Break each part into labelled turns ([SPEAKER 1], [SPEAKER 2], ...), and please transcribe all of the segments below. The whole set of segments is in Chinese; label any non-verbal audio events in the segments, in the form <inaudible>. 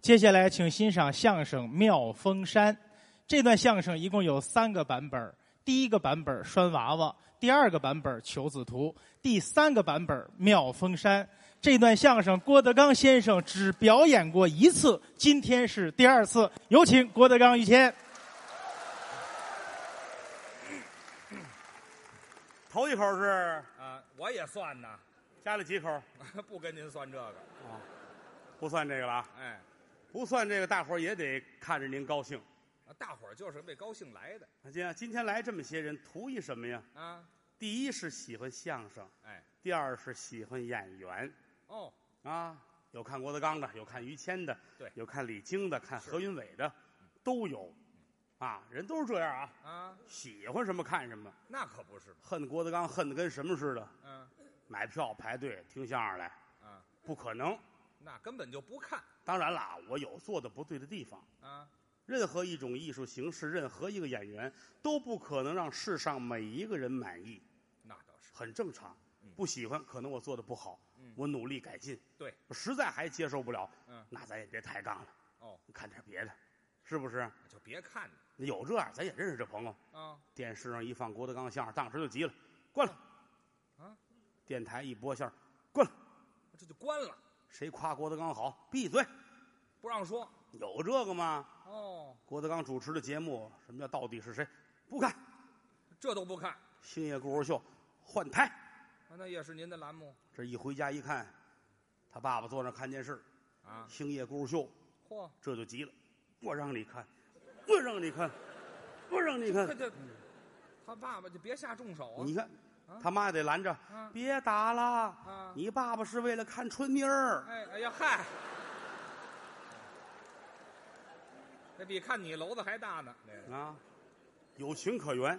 [SPEAKER 1] 接下来，请欣赏相声《妙峰山》。这段相声一共有三个版本儿第一个版本儿拴娃娃，第二个版本儿求子图，第三个版本儿妙峰山。这段相声，郭德纲先生只表演过一次，今天是第二次。有请郭德纲、于谦。
[SPEAKER 2] 头一口是
[SPEAKER 3] 啊，我也算呐， <laughs>
[SPEAKER 2] 加了几口？
[SPEAKER 3] 不跟您算这个。
[SPEAKER 2] 不算这个了啊，
[SPEAKER 3] 哎，
[SPEAKER 2] 不算这个，大伙儿也得看着您高兴。
[SPEAKER 3] 啊大伙儿就是为高兴来的
[SPEAKER 2] 那今今天来这么些人，图一什么呀？
[SPEAKER 3] 啊。
[SPEAKER 2] 第一是喜欢相声，
[SPEAKER 3] 哎，
[SPEAKER 2] 第二是喜欢演员
[SPEAKER 3] 哦，
[SPEAKER 2] 啊，有看郭德纲的，有看于谦的，
[SPEAKER 3] 对
[SPEAKER 2] 有看李菁的，看
[SPEAKER 3] 是
[SPEAKER 2] 何云伟的，都有。啊，人都是这样啊，
[SPEAKER 3] 啊，
[SPEAKER 2] 喜欢什么看什么，
[SPEAKER 3] 那可不是嘛。
[SPEAKER 2] 恨郭德纲恨得跟什么似的，
[SPEAKER 3] 嗯
[SPEAKER 2] 买票排队听相声来，
[SPEAKER 3] 啊，
[SPEAKER 2] 不可能。
[SPEAKER 3] 那根本就不看
[SPEAKER 2] 当然啦，我有做的不对的地方。
[SPEAKER 3] 啊。
[SPEAKER 2] 任何一种艺术形式，任何一个演员都不可能让世上每一个人满意，
[SPEAKER 3] 那倒是，
[SPEAKER 2] 很正常。不喜欢，可能我做的不好，
[SPEAKER 3] 嗯
[SPEAKER 2] 我努力改进。
[SPEAKER 3] 对，
[SPEAKER 2] 我实在还接受不了，
[SPEAKER 3] 嗯
[SPEAKER 2] 那咱也别抬杠了，
[SPEAKER 3] 哦，
[SPEAKER 2] 看点别的，是不是？
[SPEAKER 3] 就别看了
[SPEAKER 2] 有这样，咱也认识这朋友。
[SPEAKER 3] 啊。
[SPEAKER 2] 电视上一放郭德纲相声，当时就急了，关了。
[SPEAKER 3] 啊，
[SPEAKER 2] 电台一播相声，关了。
[SPEAKER 3] 这就关了，
[SPEAKER 2] 谁夸郭德纲好，闭嘴。
[SPEAKER 3] 不让说。
[SPEAKER 2] 有这个吗？
[SPEAKER 3] 哦，
[SPEAKER 2] 郭德纲主持的节目，什么叫到底是谁？不看。
[SPEAKER 3] 这都不看，
[SPEAKER 2] 星爷故事秀，换台。
[SPEAKER 3] 啊那也是您的栏目
[SPEAKER 2] 这一回家一看，他爸爸坐那儿看电视，
[SPEAKER 3] 啊。
[SPEAKER 2] 星夜故事秀，
[SPEAKER 3] 嚯，
[SPEAKER 2] 这就急了。我让你看，我让你看，我让你
[SPEAKER 3] 这
[SPEAKER 2] 看，
[SPEAKER 3] 这，他爸爸就别下重手啊。
[SPEAKER 2] 你看
[SPEAKER 3] 啊，
[SPEAKER 2] 他妈得拦着，
[SPEAKER 3] 啊
[SPEAKER 2] 别打了。
[SPEAKER 3] 啊，
[SPEAKER 2] 你爸爸是为了看春妮儿，
[SPEAKER 3] 哎哎呀嗨，这比看你楼子还大呢。这个
[SPEAKER 2] 啊，有情可原。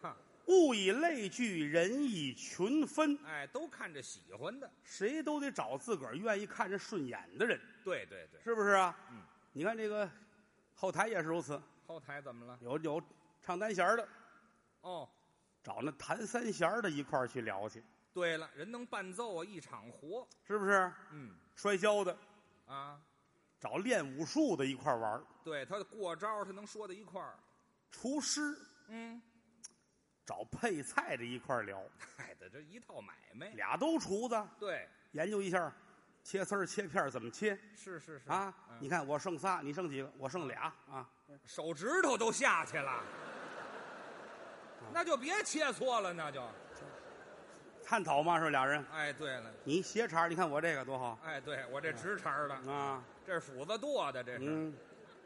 [SPEAKER 3] 啊，
[SPEAKER 2] 物以类聚，人以群分，
[SPEAKER 3] 哎，都看着喜欢的。
[SPEAKER 2] 谁都得找自个儿愿意看着顺眼的人，
[SPEAKER 3] 对对对，
[SPEAKER 2] 是不是啊？
[SPEAKER 3] 嗯，
[SPEAKER 2] 你看这个后台也是如此，
[SPEAKER 3] 后台怎么了？
[SPEAKER 2] 有有唱单弦儿的，
[SPEAKER 3] 哦，
[SPEAKER 2] 找那弹三弦儿的一块儿去聊去，
[SPEAKER 3] 对了，人能伴奏啊，一场活。
[SPEAKER 2] 是不是？
[SPEAKER 3] 嗯
[SPEAKER 2] 摔跤的，
[SPEAKER 3] 啊，
[SPEAKER 2] 找练武术的一块儿玩儿
[SPEAKER 3] 对他过招，他能说到一块儿。
[SPEAKER 2] 厨师
[SPEAKER 3] 嗯， <laughs>
[SPEAKER 2] 找配菜的一块儿聊，
[SPEAKER 3] 嗨的，哎这一套买卖。
[SPEAKER 2] 俩都厨子，
[SPEAKER 3] 对，
[SPEAKER 2] 研究一下儿切丝儿、切片儿怎么切
[SPEAKER 3] 是是是
[SPEAKER 2] 啊？
[SPEAKER 3] 嗯
[SPEAKER 2] 你看我剩仨，你剩几个？我剩俩啊！
[SPEAKER 3] 手指头都下去了，那就别切磋了，那就。
[SPEAKER 2] 探讨嘛是俩人，
[SPEAKER 3] 哎，对了，
[SPEAKER 2] 你斜茬儿，你看我这个多好
[SPEAKER 3] 哎，对我这直茬儿的，
[SPEAKER 2] 啊！
[SPEAKER 3] 这斧子剁的，这是。
[SPEAKER 2] 嗯，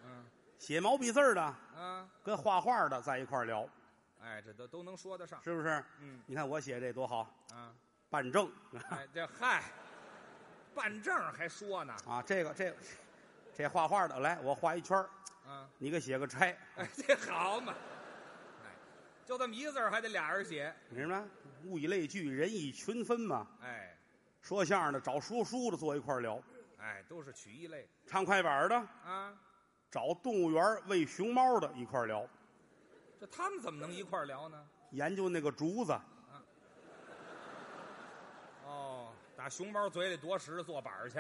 [SPEAKER 3] 嗯
[SPEAKER 2] 写毛笔字儿的
[SPEAKER 3] 啊，
[SPEAKER 2] 跟画画的在一块儿聊，
[SPEAKER 3] 哎，这都都能说得上。
[SPEAKER 2] 是不是？
[SPEAKER 3] 嗯
[SPEAKER 2] 你看我写这多好，
[SPEAKER 3] 啊，
[SPEAKER 2] 办证 <laughs>
[SPEAKER 3] 哎，这嗨，办证儿还说呢
[SPEAKER 2] 啊！这个这个这画画的来，我画一圈儿
[SPEAKER 3] 啊。
[SPEAKER 2] 你给写个拆，
[SPEAKER 3] 哎，这好嘛！哎，就这么一个字儿，还得俩人写。
[SPEAKER 2] 明白吗？物以类聚，人以群分嘛。
[SPEAKER 3] 哎，
[SPEAKER 2] 说相声的找说书的坐一块儿聊，
[SPEAKER 3] 哎，都是曲艺类
[SPEAKER 2] 唱快板的
[SPEAKER 3] 啊。
[SPEAKER 2] 找动物园喂熊猫的一块儿聊，
[SPEAKER 3] 这他们怎么能一块儿聊呢？
[SPEAKER 2] 研究那个竹子，
[SPEAKER 3] 哦，打熊猫嘴里夺食做板儿去，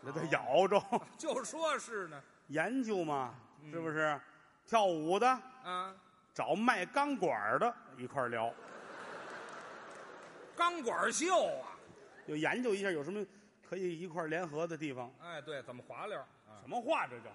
[SPEAKER 2] 那得咬着，
[SPEAKER 3] 就说是呢。
[SPEAKER 2] 研究嘛，是不是？跳舞的
[SPEAKER 3] 啊，
[SPEAKER 2] 找卖钢管的一块儿聊，
[SPEAKER 3] 钢管秀啊！
[SPEAKER 2] 就研究一下有什么可以一块儿联合的地方。
[SPEAKER 3] 哎，对，怎么滑溜儿啊？
[SPEAKER 2] 什么话这叫？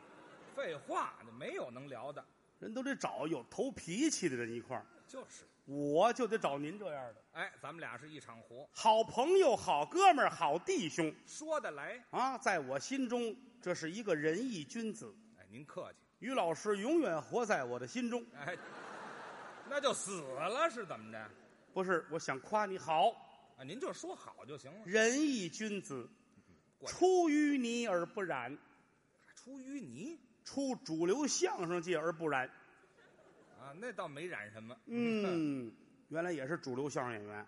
[SPEAKER 3] 废话，那没有能聊的，
[SPEAKER 2] 人都得找有头脾气的人一块儿，
[SPEAKER 3] 就是。
[SPEAKER 2] 我就得找您这样的
[SPEAKER 3] 哎，咱们俩是一场活，
[SPEAKER 2] 好朋友、好哥们儿、好弟兄。
[SPEAKER 3] 说得来。
[SPEAKER 2] 啊，在我心中，这是一个仁义君子。
[SPEAKER 3] 哎，您客气。
[SPEAKER 2] 于老师永远活在我的心中。
[SPEAKER 3] 哎，那就死了是怎么着？
[SPEAKER 2] 不是，我想夸你好，
[SPEAKER 3] 啊，您就说好就行了。
[SPEAKER 2] 仁义君子，
[SPEAKER 3] 怪
[SPEAKER 2] 出淤泥而不染，
[SPEAKER 3] 出淤泥
[SPEAKER 2] 出主流相声界而不染。
[SPEAKER 3] 啊，那倒没染什么。
[SPEAKER 2] 嗯，原来也是主流相声演员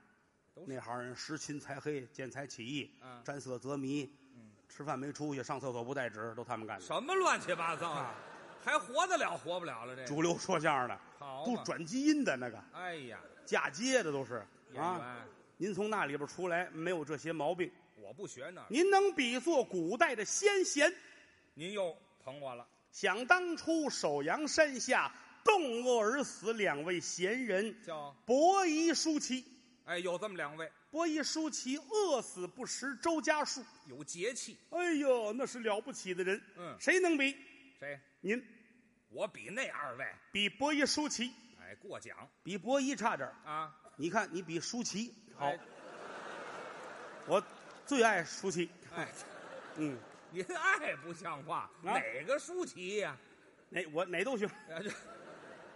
[SPEAKER 3] 都，是
[SPEAKER 2] 那行人识勤才黑，见财起意，
[SPEAKER 3] 啊
[SPEAKER 2] 沾色则迷，
[SPEAKER 3] 嗯
[SPEAKER 2] 吃饭没出息，上厕所不带纸，都他们干的。
[SPEAKER 3] 什么乱七八糟啊！还活得了活不了了？这个
[SPEAKER 2] 主流说相声的，
[SPEAKER 3] 好
[SPEAKER 2] 都
[SPEAKER 3] 嘛！
[SPEAKER 2] 转啊基因的那个
[SPEAKER 3] 哎呀，
[SPEAKER 2] 嫁接的都是
[SPEAKER 3] 演
[SPEAKER 2] 啊。
[SPEAKER 3] 员，
[SPEAKER 2] 您从那里边出来，没有这些毛病。
[SPEAKER 3] 我不学那个
[SPEAKER 2] 您能比作古代的先贤，
[SPEAKER 3] 您又捧我了。
[SPEAKER 2] 想当初，首阳山下冻饿而死两位贤人，
[SPEAKER 3] 叫
[SPEAKER 2] 伯夷、叔齐。
[SPEAKER 3] 哎，有这么两位，
[SPEAKER 2] 伯夷、叔齐饿死不食周家树。
[SPEAKER 3] 有节气。
[SPEAKER 2] 哎呦，那是了不起的人，
[SPEAKER 3] 嗯
[SPEAKER 2] 谁能比？
[SPEAKER 3] 谁？
[SPEAKER 2] 您
[SPEAKER 3] 我比那二位
[SPEAKER 2] 比伯夷、叔齐，
[SPEAKER 3] 哎过奖
[SPEAKER 2] 比伯夷差点儿
[SPEAKER 3] 啊。
[SPEAKER 2] 你看，你比舒淇好
[SPEAKER 3] 哎，
[SPEAKER 2] 我最爱舒淇。 <laughs>
[SPEAKER 3] 哎，
[SPEAKER 2] 嗯，
[SPEAKER 3] 您爱不像话，
[SPEAKER 2] 啊
[SPEAKER 3] 哪个舒淇呀、 <laughs>
[SPEAKER 2] 哪我哪都行，
[SPEAKER 3] 哎这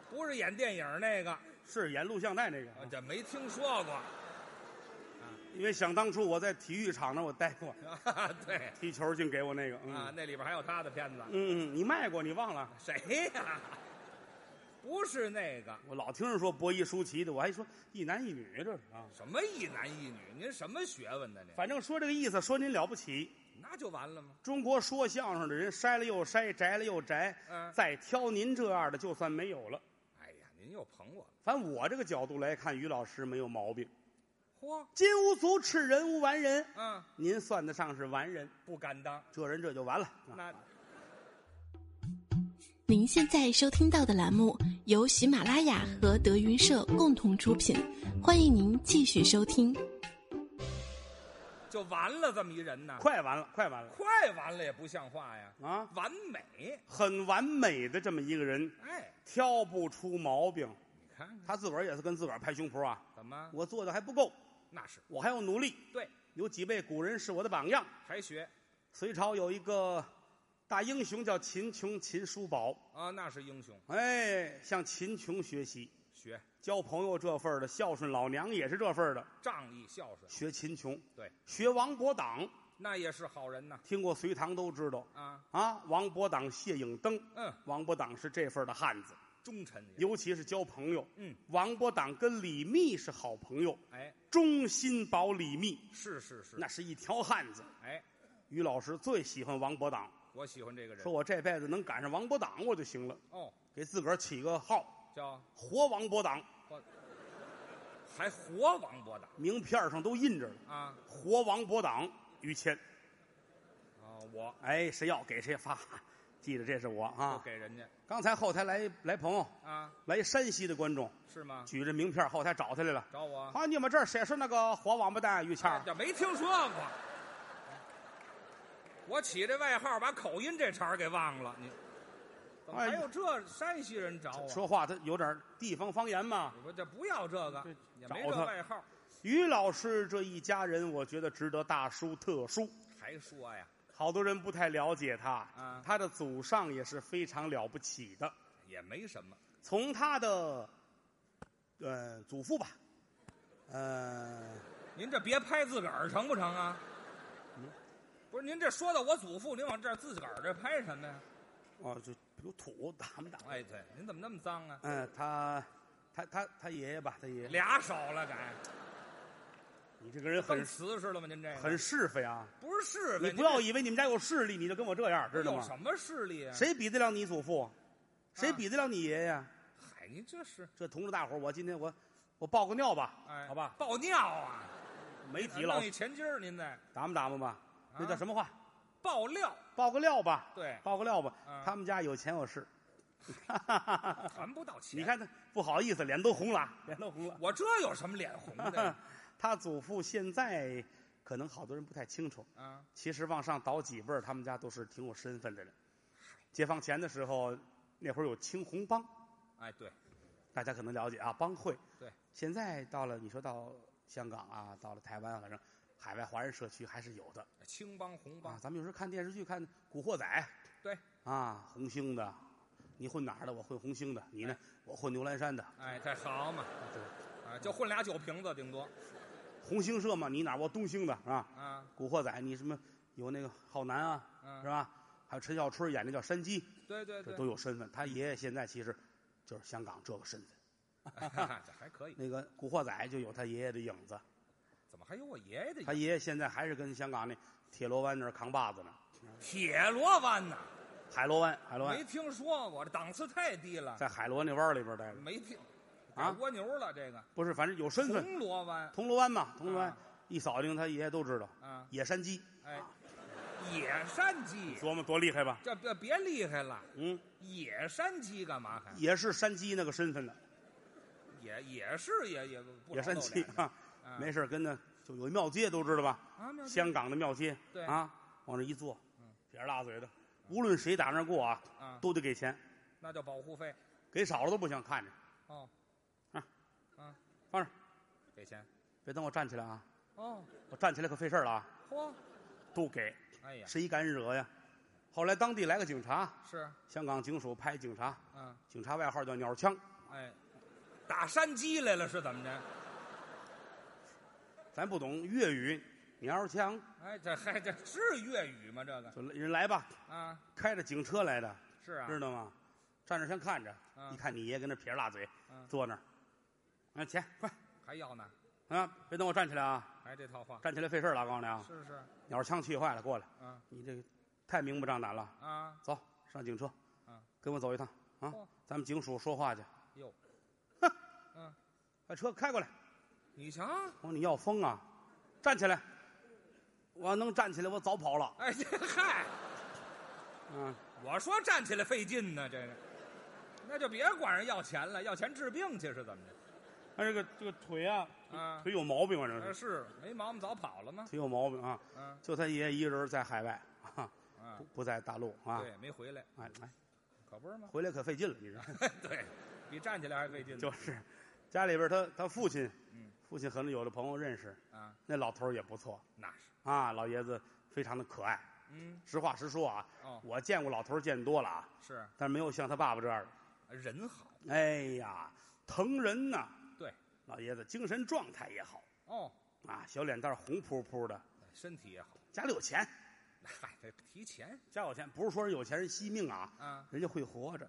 [SPEAKER 3] 不是演电影那个，
[SPEAKER 2] 是演录像带那个
[SPEAKER 3] 啊。这没听说过。 <laughs>
[SPEAKER 2] 因为想当初我在体育场那儿我待过，
[SPEAKER 3] 啊对
[SPEAKER 2] 踢球净给我那个。嗯、
[SPEAKER 3] 啊，那里边还有他的片子。
[SPEAKER 2] 嗯，你卖过你忘了？
[SPEAKER 3] <laughs> 谁呀、不是那个，
[SPEAKER 2] 我老听人说博弈舒淇的，我还说一男一女这是啊。
[SPEAKER 3] 什么一男一女，您什么学问呢？您
[SPEAKER 2] 反正说这个意思，说您了不起。
[SPEAKER 3] 那就完了吗？
[SPEAKER 2] 中国说相声的人筛了又筛，摘了又摘，
[SPEAKER 3] 嗯
[SPEAKER 2] 再挑您这样的就算没有了。
[SPEAKER 3] 哎呀，您又捧我了。
[SPEAKER 2] 反正我这个角度来看，于老师没有毛病。
[SPEAKER 3] 嚯，
[SPEAKER 2] 金无足赤，人无完人。
[SPEAKER 3] 嗯，
[SPEAKER 2] 您算得上是完人，
[SPEAKER 3] 不敢当。
[SPEAKER 2] 这人这就完了。啊
[SPEAKER 3] 那
[SPEAKER 4] 您现在收听到的栏目由喜马拉雅和德云社共同出品，欢迎您继续收听。
[SPEAKER 3] 就完了这么一人呢，
[SPEAKER 2] 快完了，快完了
[SPEAKER 3] 快完了也不像话呀，
[SPEAKER 2] 啊！
[SPEAKER 3] 完美。
[SPEAKER 2] 很完美的这么一个人，
[SPEAKER 3] 哎，
[SPEAKER 2] 挑不出毛病。
[SPEAKER 3] 你看看
[SPEAKER 2] 他自个儿也是跟自个儿拍胸脯啊，
[SPEAKER 3] 怎么？
[SPEAKER 2] 我做的还不够，
[SPEAKER 3] 那是
[SPEAKER 2] 我还要努力。
[SPEAKER 3] 对，
[SPEAKER 2] 有几位古人是我的榜样。
[SPEAKER 3] 还学
[SPEAKER 2] 隋朝有一个大英雄叫秦琼，秦叔宝，
[SPEAKER 3] 啊，那是英雄
[SPEAKER 2] 哎，向秦琼学习，
[SPEAKER 3] 学
[SPEAKER 2] 交朋友这份儿的，孝顺老娘也是这份儿的，
[SPEAKER 3] 仗义孝顺，
[SPEAKER 2] 学秦琼。
[SPEAKER 3] 对，
[SPEAKER 2] 学王伯党，
[SPEAKER 3] 那也是好人呐
[SPEAKER 2] 听过隋唐都知道
[SPEAKER 3] 啊，
[SPEAKER 2] 啊。王伯党、谢影灯，
[SPEAKER 3] 嗯，
[SPEAKER 2] 王伯党是这份儿的汉子。
[SPEAKER 3] 忠臣也
[SPEAKER 2] 尤其是交朋友。
[SPEAKER 3] 嗯，
[SPEAKER 2] 王伯党跟李密是好朋友，
[SPEAKER 3] 哎，
[SPEAKER 2] 忠心保李密，
[SPEAKER 3] 是是是，
[SPEAKER 2] 那是一条汉子。
[SPEAKER 3] 哎，
[SPEAKER 2] 于老师最喜欢王伯党，
[SPEAKER 3] 我喜欢这个人
[SPEAKER 2] 说。我这辈子能赶上王伯党我就行了，
[SPEAKER 3] 哦，
[SPEAKER 2] 给自个儿起个号
[SPEAKER 3] 叫
[SPEAKER 2] “活王伯党
[SPEAKER 3] 还活王伯达”，
[SPEAKER 2] 名片上都印着了
[SPEAKER 3] 啊
[SPEAKER 2] “活王伯党”于谦。
[SPEAKER 3] 啊，我
[SPEAKER 2] 哎，谁要给谁发，记得这是我
[SPEAKER 3] 就
[SPEAKER 2] 啊。
[SPEAKER 3] 给人家
[SPEAKER 2] 刚才后台来一来朋友，
[SPEAKER 3] 啊，
[SPEAKER 2] 来一山西的观众，
[SPEAKER 3] 是吗？
[SPEAKER 2] 举着名片后台找他来了。
[SPEAKER 3] 找我
[SPEAKER 2] 啊，你们这儿谁是那个活王八蛋于谦儿？
[SPEAKER 3] 这没听说过。我起这外号，把口音这茬儿给忘了。你怎么还
[SPEAKER 2] 哎
[SPEAKER 3] 有这山西人找我？
[SPEAKER 2] 说话他有点地方方言嘛。
[SPEAKER 3] 我这不要这个，也没
[SPEAKER 2] 找
[SPEAKER 3] 这
[SPEAKER 2] 他
[SPEAKER 3] 外号。
[SPEAKER 2] 于老师这一家人，我觉得值得大书特书。
[SPEAKER 3] 还说呀，
[SPEAKER 2] 好多人不太了解他，
[SPEAKER 3] 嗯
[SPEAKER 2] 他的祖上也是非常了不起的。
[SPEAKER 3] 也没什么。
[SPEAKER 2] 从他的，呃，祖父吧，呃，
[SPEAKER 3] 您这别拍自个儿成不成啊？
[SPEAKER 2] 嗯
[SPEAKER 3] 不是您这说到我祖父，您往这儿自个儿这拍什么呀？
[SPEAKER 2] 哦，就比如土打没打？
[SPEAKER 3] 哎，对，您怎么那么脏啊？
[SPEAKER 2] 嗯、他，他他他爷爷吧，他爷爷。
[SPEAKER 3] 俩手了改，
[SPEAKER 2] 你这个人
[SPEAKER 3] 更
[SPEAKER 2] 很
[SPEAKER 3] 瓷实了吗？您这个
[SPEAKER 2] 很是非啊！
[SPEAKER 3] 不是是非
[SPEAKER 2] 你不要以为你们家有势力，你就跟我这样，
[SPEAKER 3] 您这
[SPEAKER 2] 知道
[SPEAKER 3] 有
[SPEAKER 2] 吗？
[SPEAKER 3] 什么势力啊？？
[SPEAKER 2] 谁比得了你祖父？谁比得了你爷爷？
[SPEAKER 3] 嗨，您这是
[SPEAKER 2] 这同志大伙儿，我今天我我报个尿吧，
[SPEAKER 3] 哎，
[SPEAKER 2] 好吧？
[SPEAKER 3] 爆尿啊！
[SPEAKER 2] 媒体老
[SPEAKER 3] 弄一前襟儿，您再
[SPEAKER 2] 打磨打磨吧，那叫什么话？
[SPEAKER 3] 爆料，
[SPEAKER 2] 爆个料吧，
[SPEAKER 3] 对，
[SPEAKER 2] 爆个料吧
[SPEAKER 3] 嗯。
[SPEAKER 2] 他们家有钱有势，
[SPEAKER 3] 还不到
[SPEAKER 2] 啊
[SPEAKER 3] 钱。
[SPEAKER 2] 你，看他不好意思，脸都红了，脸都红了。
[SPEAKER 3] 我这有什么脸红的呀
[SPEAKER 2] <laughs> 他祖父现在可能好多人不太清楚，
[SPEAKER 3] 啊？
[SPEAKER 2] 其实往上倒几辈儿，他们家都是挺有身份的人。解放前的时候，那会儿有青红帮，
[SPEAKER 3] 哎，对，
[SPEAKER 2] 大家可能了解啊，帮会。
[SPEAKER 3] 对，
[SPEAKER 2] 现在到了你说到香港啊，到了台湾啊，反正海外华人社区还是有的。
[SPEAKER 3] 青帮红
[SPEAKER 2] 啊
[SPEAKER 3] 帮，，
[SPEAKER 2] 咱们有时候看电视剧，看《古惑仔》，
[SPEAKER 3] 对，
[SPEAKER 2] 啊，红星的，你混哪儿的？我混红星的，你呢？我混牛栏山的，
[SPEAKER 3] 哎，这好嘛，
[SPEAKER 2] 对，
[SPEAKER 3] 啊，就混俩酒瓶子顶多
[SPEAKER 2] 红星社嘛，你哪儿？我东星的，是吧？
[SPEAKER 3] 啊，
[SPEAKER 2] 《古惑仔》，你什么有那个浩南啊，是
[SPEAKER 3] 嗯，
[SPEAKER 2] 吧？还有陈小春演的叫山鸡，嗯
[SPEAKER 3] 对对
[SPEAKER 2] 这
[SPEAKER 3] 对
[SPEAKER 2] 都，有身份。他爷爷现在其实就是香港这个身份。
[SPEAKER 3] 这还可以。
[SPEAKER 2] 那个《古惑仔》就有他爷爷的影子，
[SPEAKER 3] 怎么还有我爷爷的影
[SPEAKER 2] 他
[SPEAKER 3] 子？
[SPEAKER 2] 爷爷现在还是跟香港那铁罗湾那儿扛把子呢，
[SPEAKER 3] 铁罗湾呐，
[SPEAKER 2] 海螺湾，海螺
[SPEAKER 3] 没
[SPEAKER 2] 湾
[SPEAKER 3] 听说过，这档次太低了，
[SPEAKER 2] 在海螺那湾里边待着，
[SPEAKER 3] 没听。
[SPEAKER 2] 啊
[SPEAKER 3] 改蜗牛了，这个
[SPEAKER 2] 不是，反正有身份。
[SPEAKER 3] 铜锣湾
[SPEAKER 2] 铜锣湾嘛，铜锣湾
[SPEAKER 3] 啊
[SPEAKER 2] 一扫听，他爷爷都知道。
[SPEAKER 3] 啊，
[SPEAKER 2] 野山鸡，
[SPEAKER 3] 哎，野山
[SPEAKER 2] 嗯
[SPEAKER 3] 鸡，
[SPEAKER 2] 琢磨多厉害吧？
[SPEAKER 3] 这别别厉害了，
[SPEAKER 2] 嗯，
[SPEAKER 3] 野山鸡干嘛还？
[SPEAKER 2] 也是山鸡那个身份的，
[SPEAKER 3] 也也是也也不
[SPEAKER 2] 野山鸡
[SPEAKER 3] 啊
[SPEAKER 2] 啊，没事儿跟那就有一庙街都知道吧？
[SPEAKER 3] 啊，妙计
[SPEAKER 2] 香港的庙街，
[SPEAKER 3] 对嗯
[SPEAKER 2] 啊，往那一坐，撇着大嘴的，无论谁打那儿过啊，
[SPEAKER 3] 啊，
[SPEAKER 2] 都得给钱，
[SPEAKER 3] 那叫保护费
[SPEAKER 2] 给少了都不行，看着
[SPEAKER 3] 哦，
[SPEAKER 2] 啊
[SPEAKER 3] 啊
[SPEAKER 2] 放这儿，
[SPEAKER 3] 给钱
[SPEAKER 2] 别等我站起来啊，
[SPEAKER 3] 哦，
[SPEAKER 2] 我站起来可费事儿了啊，
[SPEAKER 3] 嚯，
[SPEAKER 2] 都给，
[SPEAKER 3] 哎呀，
[SPEAKER 2] 谁敢惹呀？后来当地来个警察，
[SPEAKER 3] 是，
[SPEAKER 2] 香港警署派警察，
[SPEAKER 3] 嗯，
[SPEAKER 2] 警察外号叫鸟枪，
[SPEAKER 3] 哎，打山鸡来了是怎么着？
[SPEAKER 2] 咱不懂粤语，鸟枪，
[SPEAKER 3] 哎，这还这是粤语吗？这个
[SPEAKER 2] 就人来吧，
[SPEAKER 3] 啊，
[SPEAKER 2] 开着警车来的，
[SPEAKER 3] 是啊，
[SPEAKER 2] 知道吗？站那儿先看着，
[SPEAKER 3] 嗯
[SPEAKER 2] 一看你爷跟那撇着大嘴
[SPEAKER 3] 嗯
[SPEAKER 2] 坐那儿，啊，钱快
[SPEAKER 3] 还要呢，
[SPEAKER 2] 啊，别等我站起来啊，
[SPEAKER 3] 还这套话，
[SPEAKER 2] 站起来费事儿了，我告诉你啊，
[SPEAKER 3] 是是，
[SPEAKER 2] 鸟枪气坏了，过来，
[SPEAKER 3] 嗯
[SPEAKER 2] 你这个太明目张胆了，
[SPEAKER 3] 啊，
[SPEAKER 2] 走上警车
[SPEAKER 3] 嗯，哦
[SPEAKER 2] 跟我走一趟啊
[SPEAKER 3] 嚯，
[SPEAKER 2] 咱们警署说话去，
[SPEAKER 3] 哟，嗯，
[SPEAKER 2] 把车开过来，
[SPEAKER 3] 你瞧，
[SPEAKER 2] 啊我说你要疯啊，站起来，我要能站起来，我早跑了，
[SPEAKER 3] <laughs> 哎，这嗨，
[SPEAKER 2] 嗯，
[SPEAKER 3] 我说站起来费劲呢，这个，那就别管人要钱了，要钱治病去是怎么着？
[SPEAKER 2] 他哎这个这个腿啊， <laughs>
[SPEAKER 3] 啊，
[SPEAKER 2] 腿有毛病啊，这是
[SPEAKER 3] 呃是没毛病，早跑了吗？
[SPEAKER 2] 腿有毛病啊，
[SPEAKER 3] 嗯
[SPEAKER 2] 就他爷一个人在海外啊，不
[SPEAKER 3] 嗯，
[SPEAKER 2] 不在大陆啊，
[SPEAKER 3] 对，没回来，
[SPEAKER 2] 哎哎，
[SPEAKER 3] 可不
[SPEAKER 2] <laughs>
[SPEAKER 3] 是吗？
[SPEAKER 2] 回来可费劲了，你知道
[SPEAKER 3] <laughs>
[SPEAKER 2] 吗。
[SPEAKER 3] 对，比站起来还费劲呢。
[SPEAKER 2] 就是家里边儿他他父亲，
[SPEAKER 3] 嗯
[SPEAKER 2] 父亲可能有的朋友认识，
[SPEAKER 3] 啊，
[SPEAKER 2] 那老头儿也不错
[SPEAKER 3] 那是，
[SPEAKER 2] 啊，老爷子非常的可爱。
[SPEAKER 3] 嗯，
[SPEAKER 2] 实话实说啊，
[SPEAKER 3] 哦，
[SPEAKER 2] 我见过老头儿见多了啊，
[SPEAKER 3] 是
[SPEAKER 2] 但没有像他爸爸这样的。
[SPEAKER 3] 人好
[SPEAKER 2] 哎呀，疼人呐！
[SPEAKER 3] 对，
[SPEAKER 2] 老爷子精神状态也好
[SPEAKER 3] 哦，
[SPEAKER 2] 啊，小脸蛋儿红扑扑的，
[SPEAKER 3] 身体也好。
[SPEAKER 2] 家里有钱，
[SPEAKER 3] 嗨，这提前
[SPEAKER 2] 家有钱，不是说有钱人惜命啊，
[SPEAKER 3] 啊，
[SPEAKER 2] 人家会活着。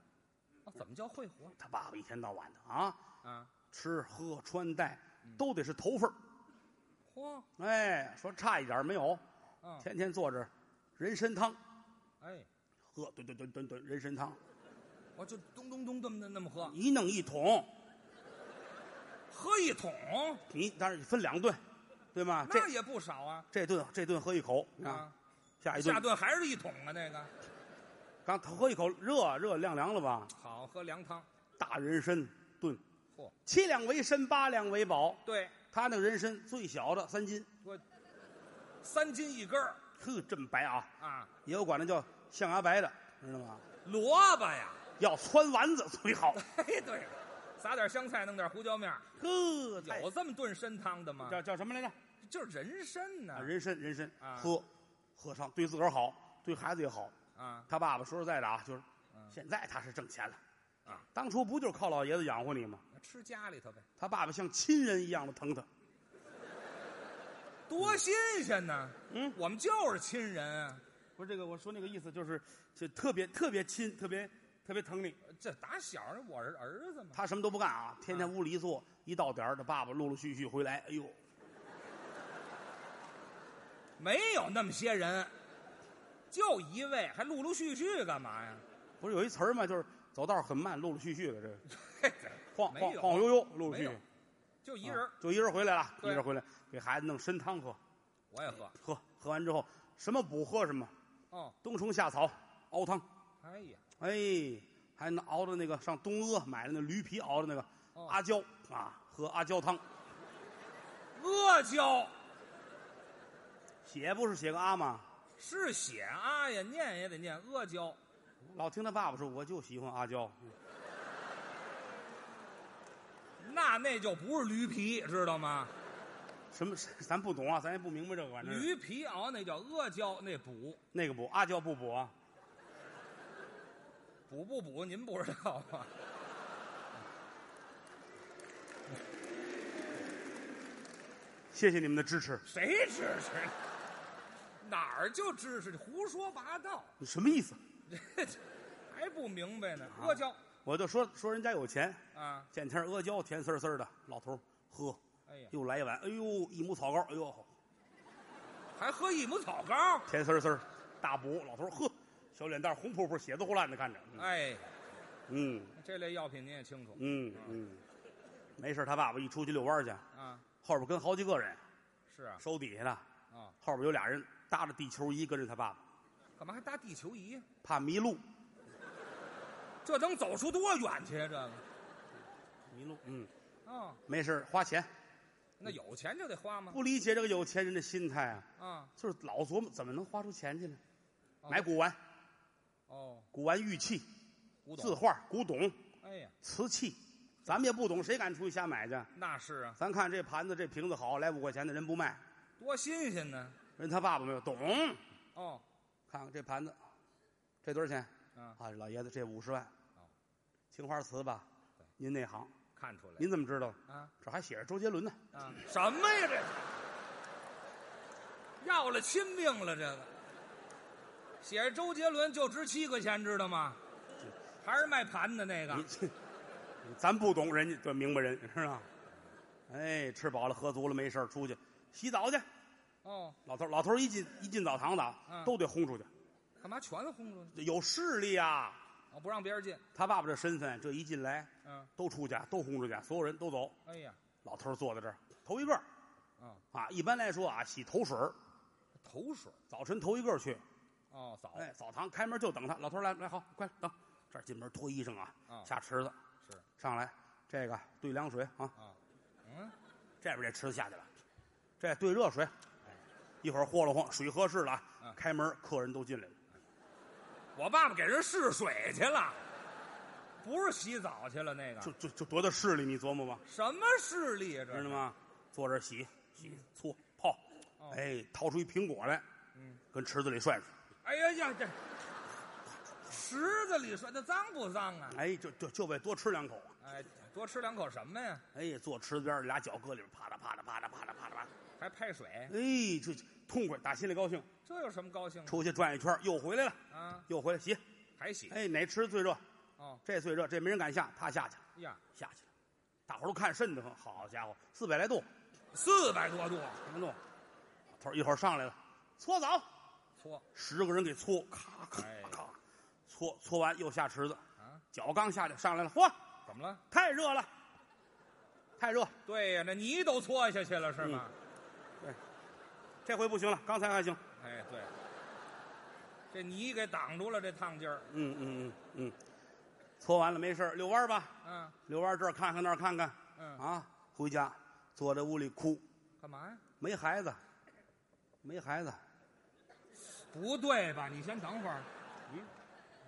[SPEAKER 3] 哦怎么叫会活
[SPEAKER 2] 他爸爸一天到晚的啊，
[SPEAKER 3] 啊？
[SPEAKER 2] 吃喝穿戴都得是头份儿。
[SPEAKER 3] 嚯，
[SPEAKER 2] 哎，说差一点儿没有，
[SPEAKER 3] 嗯，
[SPEAKER 2] 天天坐着人参汤。
[SPEAKER 3] 哎，
[SPEAKER 2] 喝，炖炖炖炖炖人参汤，
[SPEAKER 3] 我就咚咚咚这么那么喝，
[SPEAKER 2] 一弄一桶，
[SPEAKER 3] 喝一桶，
[SPEAKER 2] 你当然分两顿，对吗？这
[SPEAKER 3] 那也不少啊
[SPEAKER 2] 这顿这顿喝一口啊，
[SPEAKER 3] 啊！
[SPEAKER 2] 下一顿
[SPEAKER 3] 下顿还是一桶啊，那个
[SPEAKER 2] 刚喝一口热热凉凉了吧？
[SPEAKER 3] 好喝凉汤，
[SPEAKER 2] 大人参炖
[SPEAKER 3] 嚯，
[SPEAKER 2] 七两为参，八两为宝。
[SPEAKER 3] 对，
[SPEAKER 2] 他那个人参最小的三斤，
[SPEAKER 3] 我三斤一根儿
[SPEAKER 2] 呵，这么白啊，
[SPEAKER 3] 啊，
[SPEAKER 2] 也有管它叫象牙白的，知道吗？
[SPEAKER 3] 萝卜呀，
[SPEAKER 2] 要穿丸子最好，
[SPEAKER 3] <laughs> 嘿，对，撒点香菜，弄点胡椒面儿，
[SPEAKER 2] 呵，太
[SPEAKER 3] <laughs> 有这么炖参汤的吗？
[SPEAKER 2] 叫叫什么来着？
[SPEAKER 3] 就是人参呢
[SPEAKER 2] 啊，人参人参
[SPEAKER 3] 啊，
[SPEAKER 2] 喝喝上对自个儿好，对孩子也好。
[SPEAKER 3] 啊，
[SPEAKER 2] 他爸爸说实在的啊，就是
[SPEAKER 3] 嗯
[SPEAKER 2] 现在他是挣钱了，
[SPEAKER 3] 啊，
[SPEAKER 2] 当初不就是靠老爷子养活你吗？
[SPEAKER 3] 吃家里头呗，
[SPEAKER 2] 他爸爸像亲人一样的疼他，
[SPEAKER 3] 多新鲜呢！
[SPEAKER 2] 嗯，
[SPEAKER 3] 我们就是亲人啊，
[SPEAKER 2] 不是这个，我说那个意思就是，就特别特别亲，特别特别疼你。
[SPEAKER 3] 这打小我是儿子嘛，
[SPEAKER 2] 他什么都不干啊，天天
[SPEAKER 3] 啊
[SPEAKER 2] 屋里一坐，一到点儿，他爸爸陆陆续续回来，哎呦，
[SPEAKER 3] 没有那么些人，就一位，还陆陆续续干嘛呀？
[SPEAKER 2] 不是有一词儿吗？就是走道很慢，陆陆续续的，这
[SPEAKER 3] <laughs>
[SPEAKER 2] 个
[SPEAKER 3] 嘿这
[SPEAKER 2] 晃
[SPEAKER 3] 没
[SPEAKER 2] 晃
[SPEAKER 3] 有
[SPEAKER 2] 晃晃悠悠，陆陆
[SPEAKER 3] 没
[SPEAKER 2] 续
[SPEAKER 3] 有
[SPEAKER 2] 续，
[SPEAKER 3] 就一
[SPEAKER 2] 啊
[SPEAKER 3] 人儿，
[SPEAKER 2] 就一人回来了，一
[SPEAKER 3] 对
[SPEAKER 2] 人回来给孩子弄参汤喝，
[SPEAKER 3] 我也喝。
[SPEAKER 2] 喝喝完之后什么补喝什么，
[SPEAKER 3] 哦，
[SPEAKER 2] 冬虫夏草熬汤。
[SPEAKER 3] 哎呀，
[SPEAKER 2] 哎，还能熬的那个上东阿买的那驴皮熬的那个、
[SPEAKER 3] 哦
[SPEAKER 2] 阿胶啊，喝阿胶汤，
[SPEAKER 3] 阿胶
[SPEAKER 2] 写不是写个阿吗？
[SPEAKER 3] 是写啊呀，念也得念阿胶，
[SPEAKER 2] 老听他爸爸说，我就喜欢阿胶，
[SPEAKER 3] 那那就不是驴皮，知道吗？
[SPEAKER 2] 什么 <laughs> 咱不懂啊，咱也不明白这个玩意儿。
[SPEAKER 3] 驴皮熬那叫阿胶，那补
[SPEAKER 2] 那个补阿胶不补啊？
[SPEAKER 3] 补不补您不知道啊吗？
[SPEAKER 2] 谢谢你们的支持，
[SPEAKER 3] 谁支持？哪儿就支持？胡说八道，
[SPEAKER 2] 你什么意思？
[SPEAKER 3] 还不明白呢？阿胶
[SPEAKER 2] 我就说说人家有钱，
[SPEAKER 3] 啊，
[SPEAKER 2] 见天儿阿胶甜丝儿丝儿的，老头儿喝，
[SPEAKER 3] 哎呀，
[SPEAKER 2] 又来一碗，哎呦，一亩草膏，哎呦，
[SPEAKER 3] 还喝一亩草膏，
[SPEAKER 2] 甜丝儿丝儿，大补，老头儿喝，小脸蛋儿红扑扑，血滋呼烂的看着，
[SPEAKER 3] 哎，
[SPEAKER 2] 嗯
[SPEAKER 3] 这类药品您也清楚
[SPEAKER 2] 嗯嗯，没事儿，他爸爸一出去遛弯儿去。
[SPEAKER 3] 啊？
[SPEAKER 2] 后边跟好几个人，
[SPEAKER 3] 是啊，
[SPEAKER 2] 手底下呢，
[SPEAKER 3] 啊，
[SPEAKER 2] 后边有俩人搭着地球仪跟着他爸爸，
[SPEAKER 3] 干嘛还搭地球仪？啊
[SPEAKER 2] 怕迷路。
[SPEAKER 3] 这能走出多远去呀？啊这个
[SPEAKER 2] 迷路，嗯，
[SPEAKER 3] 啊，
[SPEAKER 2] 没事儿花钱。
[SPEAKER 3] 那有钱就得花吗？
[SPEAKER 2] 不理解这个有钱人的心态啊，
[SPEAKER 3] 啊，
[SPEAKER 2] 就是老琢磨怎么能花出钱去呢？
[SPEAKER 3] 哦
[SPEAKER 2] 买古玩、
[SPEAKER 3] 哦，
[SPEAKER 2] 古玩玉器、
[SPEAKER 3] 古
[SPEAKER 2] 字
[SPEAKER 3] 董。
[SPEAKER 2] 画、古董、
[SPEAKER 3] 哎呀，
[SPEAKER 2] 瓷器，咱们也不懂，谁敢出去瞎买去？
[SPEAKER 3] 那是啊，
[SPEAKER 2] 咱看这盘子、这瓶子好，来五块钱的人不卖，
[SPEAKER 3] 多新鲜呢！
[SPEAKER 2] 人他爸爸没有懂。
[SPEAKER 3] 哦，
[SPEAKER 2] 看看这盘子，这多少钱？
[SPEAKER 3] 啊，
[SPEAKER 2] 啊，老爷子这五十万
[SPEAKER 3] 哦，
[SPEAKER 2] 青花瓷吧？您内行，
[SPEAKER 3] 看出来
[SPEAKER 2] 您怎么知道？
[SPEAKER 3] 啊
[SPEAKER 2] 这还写着周杰伦呢。
[SPEAKER 3] 啊，什么呀这？要了亲命了这个，写着周杰伦就值七块钱，知道吗？还是卖盘的那个
[SPEAKER 2] 你这， <laughs> 咱不懂人家对明白人是吧？哎，吃饱了喝足了没事儿出去洗澡去。
[SPEAKER 3] 哦，
[SPEAKER 2] 老头儿老头儿一进一进澡堂子啊，
[SPEAKER 3] 嗯
[SPEAKER 2] 都得轰出去，
[SPEAKER 3] 干嘛全轰出去？
[SPEAKER 2] 有势力啊。
[SPEAKER 3] 哦，不让别人进。
[SPEAKER 2] 他爸爸这身份，这一进来
[SPEAKER 3] 嗯，
[SPEAKER 2] 都出去，都轰出去，所有人都走。
[SPEAKER 3] 哎呀，
[SPEAKER 2] 老头儿坐在这儿，头一个儿
[SPEAKER 3] 啊，
[SPEAKER 2] 啊，一般来说啊，洗头水儿
[SPEAKER 3] 头水
[SPEAKER 2] 早晨头一个儿去，
[SPEAKER 3] 哦，早
[SPEAKER 2] 哎，澡堂开门就等他。老头儿来来好，快等，这儿进门脱衣裳啊，
[SPEAKER 3] 啊
[SPEAKER 2] 下池子
[SPEAKER 3] 是
[SPEAKER 2] 上来，这个兑凉水啊，
[SPEAKER 3] 啊，嗯，
[SPEAKER 2] 这边这池子下去了，这兑热水，一会儿和了和，水合适了啊，
[SPEAKER 3] 哎嗯
[SPEAKER 2] 开门客人都进来了。
[SPEAKER 3] 我爸爸给人试水去了，不是洗澡去了那个
[SPEAKER 2] 就。就就多大势力，你琢磨吧，
[SPEAKER 3] 什么势力啊？这
[SPEAKER 2] 知
[SPEAKER 3] 是
[SPEAKER 2] 道？吗？坐这儿洗洗搓泡，
[SPEAKER 3] 哦
[SPEAKER 2] 哎，掏出一苹果来，
[SPEAKER 3] 嗯，
[SPEAKER 2] 跟池子里涮涮，
[SPEAKER 3] 哎呀呀，这池子里说那脏不脏啊？
[SPEAKER 2] 哎，就就就为多吃两口啊，
[SPEAKER 3] 哎，多吃两口什么呀？
[SPEAKER 2] 哎，坐池子边儿俩脚搁里边，啪嗒啪嗒啪嗒啪嗒啪嗒啪嗒，
[SPEAKER 3] 还拍水，
[SPEAKER 2] 哎，就就痛快，打心里高兴，
[SPEAKER 3] 这有什么高兴的
[SPEAKER 2] 出去转一圈儿又回来了，
[SPEAKER 3] 啊？
[SPEAKER 2] 又回来洗，
[SPEAKER 3] 还洗？
[SPEAKER 2] 哎，哪池子最热？
[SPEAKER 3] 哦哎
[SPEAKER 2] 这最热，这没人敢下，他下去了，
[SPEAKER 3] 呀，
[SPEAKER 2] 下去了，大伙儿都看瘆得慌，好家伙，四百来度，
[SPEAKER 3] 四百多度
[SPEAKER 2] 怎么弄？老头儿一会儿上来了，搓澡，
[SPEAKER 3] 搓
[SPEAKER 2] 十个人给搓，咔咔
[SPEAKER 3] 哎
[SPEAKER 2] 咔，搓搓完又下池子，
[SPEAKER 3] 啊？
[SPEAKER 2] 脚刚下去上来了，嚯，
[SPEAKER 3] 怎么了？
[SPEAKER 2] 太热了，太热，
[SPEAKER 3] 对呀，那泥都搓下去了是吗？
[SPEAKER 2] 这回不行了，刚才还行，
[SPEAKER 3] 哎，对，这泥给挡住了这烫劲儿。
[SPEAKER 2] 嗯嗯嗯嗯，搓完了没事儿遛弯儿吧，
[SPEAKER 3] 嗯
[SPEAKER 2] 遛弯儿这儿看看那儿看看，
[SPEAKER 3] 嗯，
[SPEAKER 2] 啊，回家坐在屋里哭，
[SPEAKER 3] 干嘛呀？
[SPEAKER 2] 没孩子，没孩子，
[SPEAKER 3] 不对吧？你先等会儿。嗯，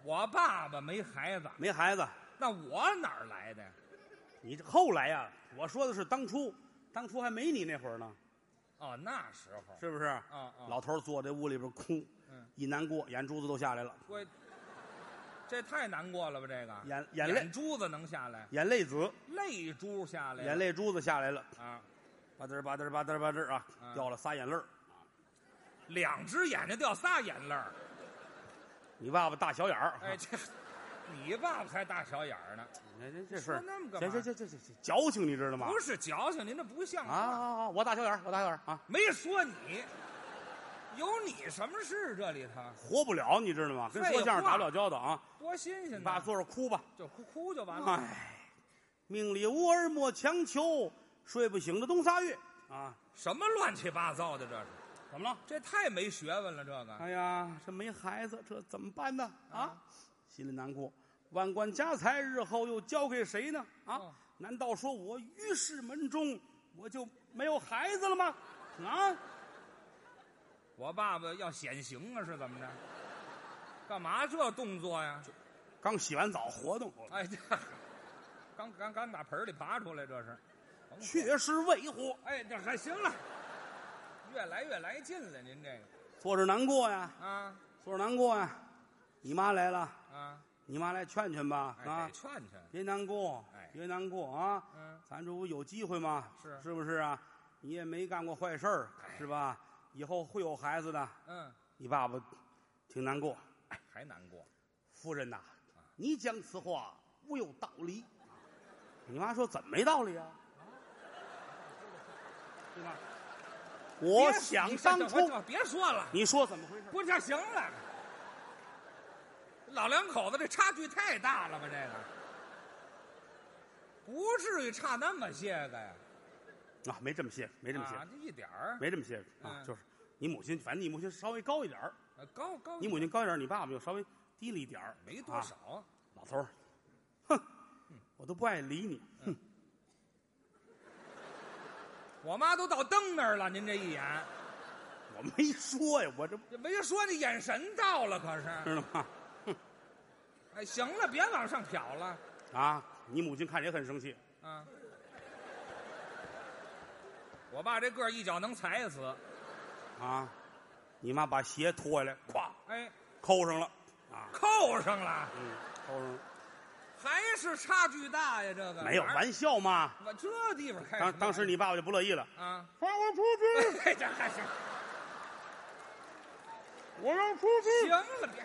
[SPEAKER 3] 我爸爸没孩子，
[SPEAKER 2] 没孩子，
[SPEAKER 3] 那我哪儿来的呀？
[SPEAKER 2] 你这后来呀、我说的是当初，当初还没你那会儿呢，
[SPEAKER 3] 哦，那时候
[SPEAKER 2] 是不是？
[SPEAKER 3] 啊啊，
[SPEAKER 2] 老头儿坐在屋里边哭，
[SPEAKER 3] 嗯
[SPEAKER 2] 一难过，眼珠子都下来了，
[SPEAKER 3] 我这太难过了吧？这个
[SPEAKER 2] 眼眼泪
[SPEAKER 3] 珠子能下来，
[SPEAKER 2] 眼泪子，
[SPEAKER 3] 泪珠下来了，
[SPEAKER 2] 眼泪珠子下来了，
[SPEAKER 3] 啊，
[SPEAKER 2] 吧嗒吧嗒吧嗒吧嗒啊，
[SPEAKER 3] 嗯
[SPEAKER 2] 掉了仨眼泪儿
[SPEAKER 3] 两只眼睛掉仨眼泪儿。
[SPEAKER 2] 你爸爸大小眼儿，啊
[SPEAKER 3] 哎，这你爸爸才大小眼儿呢，
[SPEAKER 2] 这这这事儿
[SPEAKER 3] 说那么干
[SPEAKER 2] 行
[SPEAKER 3] 嘛
[SPEAKER 2] 行行行行行，矫情你知道吗？
[SPEAKER 3] 不是矫情，您这不像
[SPEAKER 2] 啊
[SPEAKER 3] 话。
[SPEAKER 2] 啊啊！我大小眼儿，我大小眼儿啊，
[SPEAKER 3] 没说你，有你什么事？这里头
[SPEAKER 2] 活不了你知道吗？跟
[SPEAKER 3] 废
[SPEAKER 2] 说相声打
[SPEAKER 3] 话
[SPEAKER 2] 不了交道啊，
[SPEAKER 3] 多新鲜
[SPEAKER 2] 你
[SPEAKER 3] 呢！
[SPEAKER 2] 爸坐着哭吧，
[SPEAKER 3] 就哭哭就完了。
[SPEAKER 2] 哎，命里无儿莫强求，睡不醒的冬仨月啊！
[SPEAKER 3] 什么乱七八糟的这是？
[SPEAKER 2] 怎么了？
[SPEAKER 3] 这太没学问了，这个
[SPEAKER 2] 哎呀，这没孩子，这怎么办呢？啊
[SPEAKER 3] 啊，
[SPEAKER 2] 心里难过。万贯家财日后又交给谁呢？啊，
[SPEAKER 3] 哦
[SPEAKER 2] 难道说我于氏门中我就没有孩子了吗？啊，
[SPEAKER 3] 我爸爸要显形啊，是怎么着？干嘛这动作呀？
[SPEAKER 2] 刚洗完澡活动，
[SPEAKER 3] 哎，这刚刚刚打盆儿里爬出来，这是。甭说
[SPEAKER 2] 确实未活，
[SPEAKER 3] 哎，这还行了，越来越来劲了，您这个
[SPEAKER 2] 坐着难过呀，
[SPEAKER 3] 啊
[SPEAKER 2] 坐着难过呀。你妈来了，
[SPEAKER 3] 啊，
[SPEAKER 2] 你妈来劝劝吧，
[SPEAKER 3] 哎，
[SPEAKER 2] 啊
[SPEAKER 3] 得，劝劝，
[SPEAKER 2] 别难过
[SPEAKER 3] 哎，
[SPEAKER 2] 别难过啊。
[SPEAKER 3] 嗯，
[SPEAKER 2] 咱这不有机会吗？
[SPEAKER 3] 是
[SPEAKER 2] 是不是啊？你也没干过坏事儿，
[SPEAKER 3] 哎
[SPEAKER 2] 是吧？以后会有孩子的。
[SPEAKER 3] 嗯，
[SPEAKER 2] 你爸爸挺难过，
[SPEAKER 3] 还难过，
[SPEAKER 2] 夫人呐，你讲此话无有道理。你妈说怎么没道理啊？对吧？我
[SPEAKER 3] 别
[SPEAKER 2] 想
[SPEAKER 3] 你
[SPEAKER 2] 当
[SPEAKER 3] 这
[SPEAKER 2] 初，
[SPEAKER 3] 我别说了，
[SPEAKER 2] 你说怎么回事？
[SPEAKER 3] 不是行了，老两口子这差距太大了吧？这个不至于差那么些个呀，
[SPEAKER 2] 啊，没这么些，没这么些，
[SPEAKER 3] 啊，这一点儿，
[SPEAKER 2] 没这么些啊，
[SPEAKER 3] 嗯
[SPEAKER 2] 就是你母亲，反正你母亲稍微高一点儿，
[SPEAKER 3] 呃高高
[SPEAKER 2] 你母亲高一点儿，你爸爸又稍微低了一点儿，
[SPEAKER 3] 没多少
[SPEAKER 2] 啊
[SPEAKER 3] 嗯啊，
[SPEAKER 2] 老头儿，哼，我都不爱理你，哼，
[SPEAKER 3] 我妈都到灯那儿了，您这一眼，
[SPEAKER 2] 我没说呀，我这
[SPEAKER 3] 这没说你眼神到了，可是，
[SPEAKER 2] 知道吗？
[SPEAKER 3] 哎，行了，别往上挑了
[SPEAKER 2] 啊，你母亲看着也很生气，
[SPEAKER 3] 啊。我爸这个儿一脚能踩死，
[SPEAKER 2] 啊，你妈把鞋脱下来，咵
[SPEAKER 3] 哎，
[SPEAKER 2] 扣上了，啊，
[SPEAKER 3] 扣上了，
[SPEAKER 2] 嗯，扣上了，
[SPEAKER 3] 还是差距大呀，这个
[SPEAKER 2] 没有
[SPEAKER 3] 哪儿
[SPEAKER 2] 玩笑嘛。
[SPEAKER 3] 我这地方开什么
[SPEAKER 2] 当
[SPEAKER 3] 玩笑
[SPEAKER 2] 当时你爸爸就不乐意了，
[SPEAKER 3] 啊， <laughs>
[SPEAKER 2] 放我出去，
[SPEAKER 3] 这这还是
[SPEAKER 2] 我要出
[SPEAKER 3] 行了，别，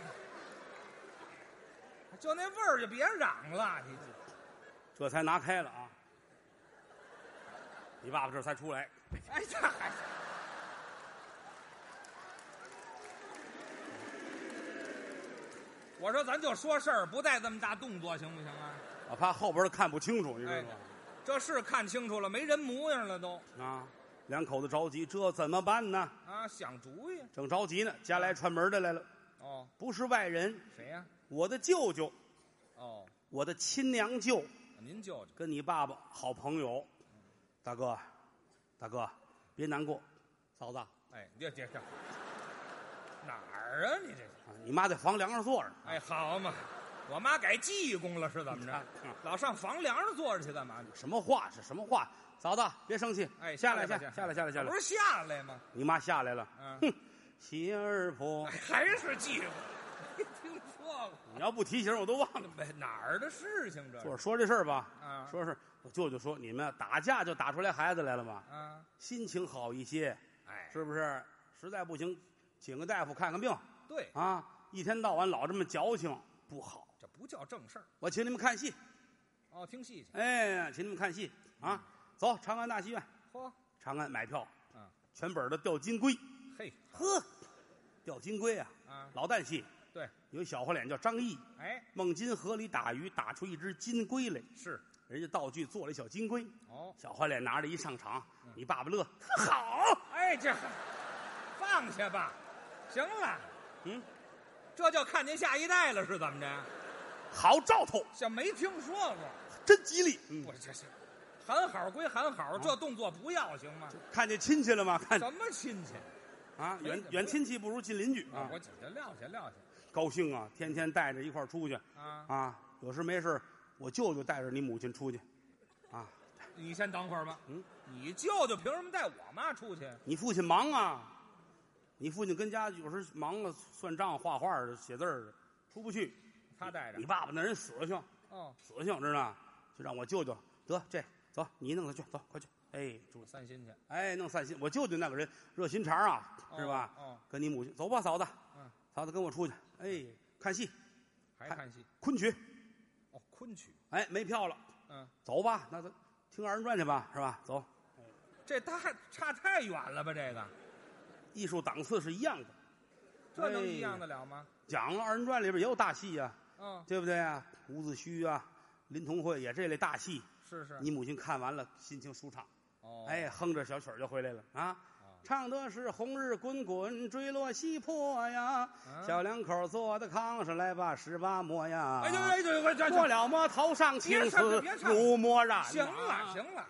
[SPEAKER 3] 就那味儿就别嚷了，你
[SPEAKER 2] 这才拿开了啊。你爸爸这才出来，
[SPEAKER 3] 哎这还是我说咱就说事儿，不带这么大动作，行不行啊？
[SPEAKER 2] 我怕后边看不清楚，你知
[SPEAKER 3] 哎
[SPEAKER 2] 道吗？，
[SPEAKER 3] 这是看清楚了，没人模样了都
[SPEAKER 2] 啊，两口子着急，这怎么办呢？
[SPEAKER 3] 啊，想主意
[SPEAKER 2] 正着急呢，家来串门的来了，
[SPEAKER 3] 哦，
[SPEAKER 2] 不是外人，
[SPEAKER 3] 谁呀、
[SPEAKER 2] 我的舅舅，
[SPEAKER 3] 哦，
[SPEAKER 2] 我的亲娘舅，
[SPEAKER 3] 您舅舅，
[SPEAKER 2] 跟你爸爸好朋友。大哥，大哥，别难过，嫂子，啊
[SPEAKER 3] 哎，这这这哪儿啊？你这是
[SPEAKER 2] 你妈在房梁上坐着呢。
[SPEAKER 3] 哎，好嘛，我妈改济公了是怎
[SPEAKER 2] 嗯
[SPEAKER 3] 么着？老上房梁上坐着去干嘛？
[SPEAKER 2] <laughs> 什么话是什么话？嫂子，别生气，
[SPEAKER 3] 哎，
[SPEAKER 2] 下
[SPEAKER 3] 来
[SPEAKER 2] 来
[SPEAKER 3] 吧
[SPEAKER 2] 下下来下来下来
[SPEAKER 3] 不。是下来吗？
[SPEAKER 2] 你妈下来了，
[SPEAKER 3] 嗯
[SPEAKER 2] 哼，媳儿婆
[SPEAKER 3] 哎，还是济公， <laughs> 没听说过。
[SPEAKER 2] 你要不提醒我都忘了。
[SPEAKER 3] 没哪儿的事情这
[SPEAKER 2] 我
[SPEAKER 3] 是
[SPEAKER 2] 说这事儿吧，
[SPEAKER 3] 哎啊
[SPEAKER 2] 说是我舅舅说你们打架就打出来孩子来了嘛，
[SPEAKER 3] 啊，
[SPEAKER 2] 心情好一些，
[SPEAKER 3] 哎，
[SPEAKER 2] 是不是？实在不行，请个大夫看看病
[SPEAKER 3] 对，
[SPEAKER 2] 啊！一天到晚老这么矫情不好。
[SPEAKER 3] 这不叫正事儿
[SPEAKER 2] 我请你们看戏，
[SPEAKER 3] 哦，听戏去。
[SPEAKER 2] 哎，请你们看戏
[SPEAKER 3] 嗯
[SPEAKER 2] 啊！走，长安大戏院，
[SPEAKER 3] 嚯，
[SPEAKER 2] 长安买票，
[SPEAKER 3] 啊，
[SPEAKER 2] 全本的《吊金龟》，
[SPEAKER 3] 嘿，
[SPEAKER 2] 呵，吊金龟啊，
[SPEAKER 3] 啊，
[SPEAKER 2] 老旦戏，
[SPEAKER 3] 对，
[SPEAKER 2] 有一小花脸叫张毅，
[SPEAKER 3] 哎，
[SPEAKER 2] 孟津河里打鱼，打出一只金龟来，
[SPEAKER 3] 是
[SPEAKER 2] 人家道具做了一小金龟，
[SPEAKER 3] 哦，
[SPEAKER 2] 小花脸拿着一上场，你爸爸乐，好，
[SPEAKER 3] 哎，这放下吧，行了，
[SPEAKER 2] 嗯，
[SPEAKER 3] 这就看见下一代了是怎么着？
[SPEAKER 2] 好兆头，
[SPEAKER 3] 这没听说过，
[SPEAKER 2] 真吉利。嗯，
[SPEAKER 3] 我这是喊好归喊
[SPEAKER 2] 啊
[SPEAKER 3] 好，这动作不要行吗？
[SPEAKER 2] 看见亲戚了吗？看
[SPEAKER 3] 什么亲戚？
[SPEAKER 2] 啊，
[SPEAKER 3] 没
[SPEAKER 2] 远
[SPEAKER 3] 怎么
[SPEAKER 2] 远亲戚不如近邻居啊
[SPEAKER 3] 我，这这撂下撂下
[SPEAKER 2] 高兴啊，天天带着一块儿出去
[SPEAKER 3] 啊！
[SPEAKER 2] 啊，有事没事，我舅舅带着你母亲出去，啊，
[SPEAKER 3] 你先等会儿吧。
[SPEAKER 2] 嗯，
[SPEAKER 3] 你舅舅凭什么带我妈出去？
[SPEAKER 2] 你父亲忙啊，你父亲跟家有时忙了，算账、画画儿、写字儿，出不去。
[SPEAKER 3] 他带着
[SPEAKER 2] 你。爸爸那人死性，
[SPEAKER 3] 哦，
[SPEAKER 2] 死性知道吗？就让我舅舅得这走，你弄他去，走，快去。哎，
[SPEAKER 3] 我
[SPEAKER 2] 主
[SPEAKER 3] 散心去。
[SPEAKER 2] 哎，弄散心。我舅舅那个人热心肠啊，是吧？
[SPEAKER 3] 哦，哦
[SPEAKER 2] 跟你母亲走吧，嫂子
[SPEAKER 3] 嗯，
[SPEAKER 2] 嫂子跟我出去。哎，看戏，
[SPEAKER 3] 还
[SPEAKER 2] 看
[SPEAKER 3] 看戏。
[SPEAKER 2] 昆曲。
[SPEAKER 3] 哦，昆曲。
[SPEAKER 2] 哎，没票了，
[SPEAKER 3] 嗯，
[SPEAKER 2] 走吧，那咱听二人转去吧，是吧？走，
[SPEAKER 3] 这大差太远了吧？这个，
[SPEAKER 2] 艺术档次是一样的。
[SPEAKER 3] 这
[SPEAKER 2] 哎
[SPEAKER 3] 能一样得了吗？
[SPEAKER 2] 讲了二人转里边也有大戏呀、
[SPEAKER 3] 嗯，
[SPEAKER 2] 对不对啊？伍子胥啊，林同惠也这类大戏，
[SPEAKER 3] 是是。
[SPEAKER 2] 你母亲看完了心情舒畅，
[SPEAKER 3] 哦，
[SPEAKER 2] 哎，哼着小曲儿就回来了啊。
[SPEAKER 3] 啊，
[SPEAKER 2] 唱的是红日滚滚坠落西坡呀，
[SPEAKER 3] 啊
[SPEAKER 2] 小两口坐在炕上来把十八摸呀，
[SPEAKER 3] 哎呦哎呦，哎呦
[SPEAKER 2] 过
[SPEAKER 3] 这
[SPEAKER 2] 了么头上青
[SPEAKER 3] 别唱了
[SPEAKER 2] 丝
[SPEAKER 3] 别唱了
[SPEAKER 2] 如墨染。
[SPEAKER 3] 行了，行了，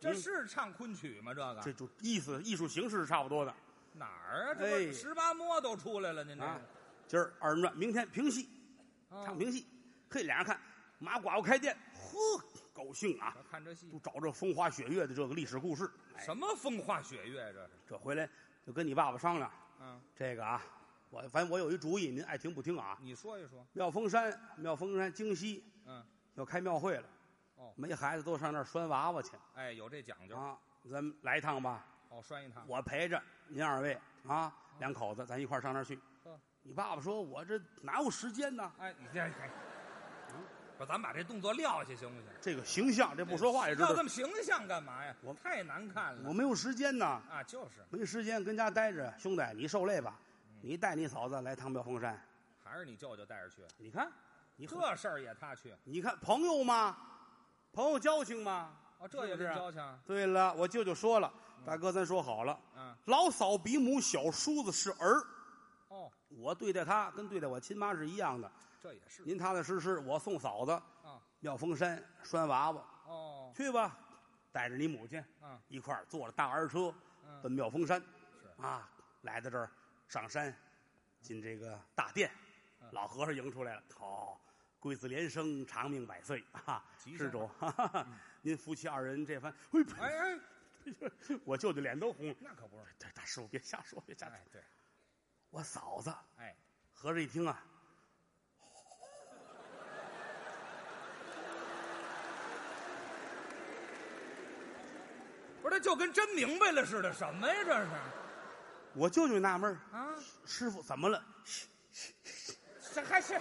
[SPEAKER 3] 这
[SPEAKER 2] 啊嗯
[SPEAKER 3] 是唱昆曲吗？这
[SPEAKER 2] 这
[SPEAKER 3] 个
[SPEAKER 2] 就意思艺术形式是差不多的。
[SPEAKER 3] 哪儿啊？这
[SPEAKER 2] 哎
[SPEAKER 3] 不十八摸都出来了，您这嗯
[SPEAKER 2] 啊今儿二人转，明天评戏，唱
[SPEAKER 3] 唱
[SPEAKER 2] 评戏，嘿，俩人看马寡妇开店，呵，高兴啊，
[SPEAKER 3] 看这戏
[SPEAKER 2] 都找这风花雪月的这个历史故事。哎，
[SPEAKER 3] 什么风花雪月这是？
[SPEAKER 2] 这回来就跟你爸爸商量，
[SPEAKER 3] 嗯，
[SPEAKER 2] 这个啊，我反正我有一主意，您爱听不听啊？
[SPEAKER 3] 你说一说。
[SPEAKER 2] 妙峰山，妙峰山京西
[SPEAKER 3] 嗯，
[SPEAKER 2] 要开庙会了，
[SPEAKER 3] 哦
[SPEAKER 2] 没孩子都上那儿拴娃娃去
[SPEAKER 3] 哎，有这讲究。
[SPEAKER 2] 啊，咱们来一趟吧，
[SPEAKER 3] 哦，拴一趟。
[SPEAKER 2] 我陪着您二位啊，两口子咱一块儿上那儿去
[SPEAKER 3] 呵。
[SPEAKER 2] 你爸爸说：“我这哪有时间呢？
[SPEAKER 3] 哎，你这，哎不是，咱把这动作撂下行不行？
[SPEAKER 2] 这个形象，这不说话也知道
[SPEAKER 3] 要这，么形象干嘛呀？
[SPEAKER 2] 我
[SPEAKER 3] 太难看了。
[SPEAKER 2] 我没有时间呢。”
[SPEAKER 3] 啊，就是
[SPEAKER 2] 没时间跟家待着，兄弟，你受累吧，你带你嫂子来趟妙峰山，
[SPEAKER 3] 还是你舅舅带着去，
[SPEAKER 2] 你看，你
[SPEAKER 3] 这事儿也他去。
[SPEAKER 2] 你看朋友嘛，朋友交情嘛，
[SPEAKER 3] 哦，这也
[SPEAKER 2] 是不啊
[SPEAKER 3] 是
[SPEAKER 2] 是
[SPEAKER 3] 交情。
[SPEAKER 2] 对了，我舅舅说了，大哥，咱说好了，
[SPEAKER 3] 嗯，
[SPEAKER 2] 老嫂比母，小叔子是儿。
[SPEAKER 3] 哦，
[SPEAKER 2] 我对待他跟对待我亲妈是一样的。
[SPEAKER 3] 这也是
[SPEAKER 2] 您踏踏实实，我送嫂子
[SPEAKER 3] 啊。
[SPEAKER 2] 妙峰山拴娃娃
[SPEAKER 3] 哦，
[SPEAKER 2] 去吧，带着你母亲
[SPEAKER 3] 嗯
[SPEAKER 2] 一块儿坐着大儿车奔
[SPEAKER 3] 嗯，
[SPEAKER 2] 妙峰山
[SPEAKER 3] 是
[SPEAKER 2] 啊，来到这儿上山，进这个大殿，
[SPEAKER 3] 嗯
[SPEAKER 2] 老和尚迎出来了，好，贵子连生，长命百岁啊，
[SPEAKER 3] 吉祥
[SPEAKER 2] 施主，哈哈哈您夫妻二人这番，哎呸
[SPEAKER 3] 哎嗯哎，
[SPEAKER 2] <laughs> 我舅舅脸都红了。
[SPEAKER 3] 那可不是。
[SPEAKER 2] 对，大师傅别瞎说，别瞎说
[SPEAKER 3] 哎，，对，
[SPEAKER 2] 我嫂子。
[SPEAKER 3] 哎，
[SPEAKER 2] 和尚一听啊，
[SPEAKER 3] 不是，这就跟真明白了似的，什么呀？这是
[SPEAKER 2] 我舅舅纳闷儿
[SPEAKER 3] 啊，
[SPEAKER 2] 师傅怎么了？
[SPEAKER 3] 这还是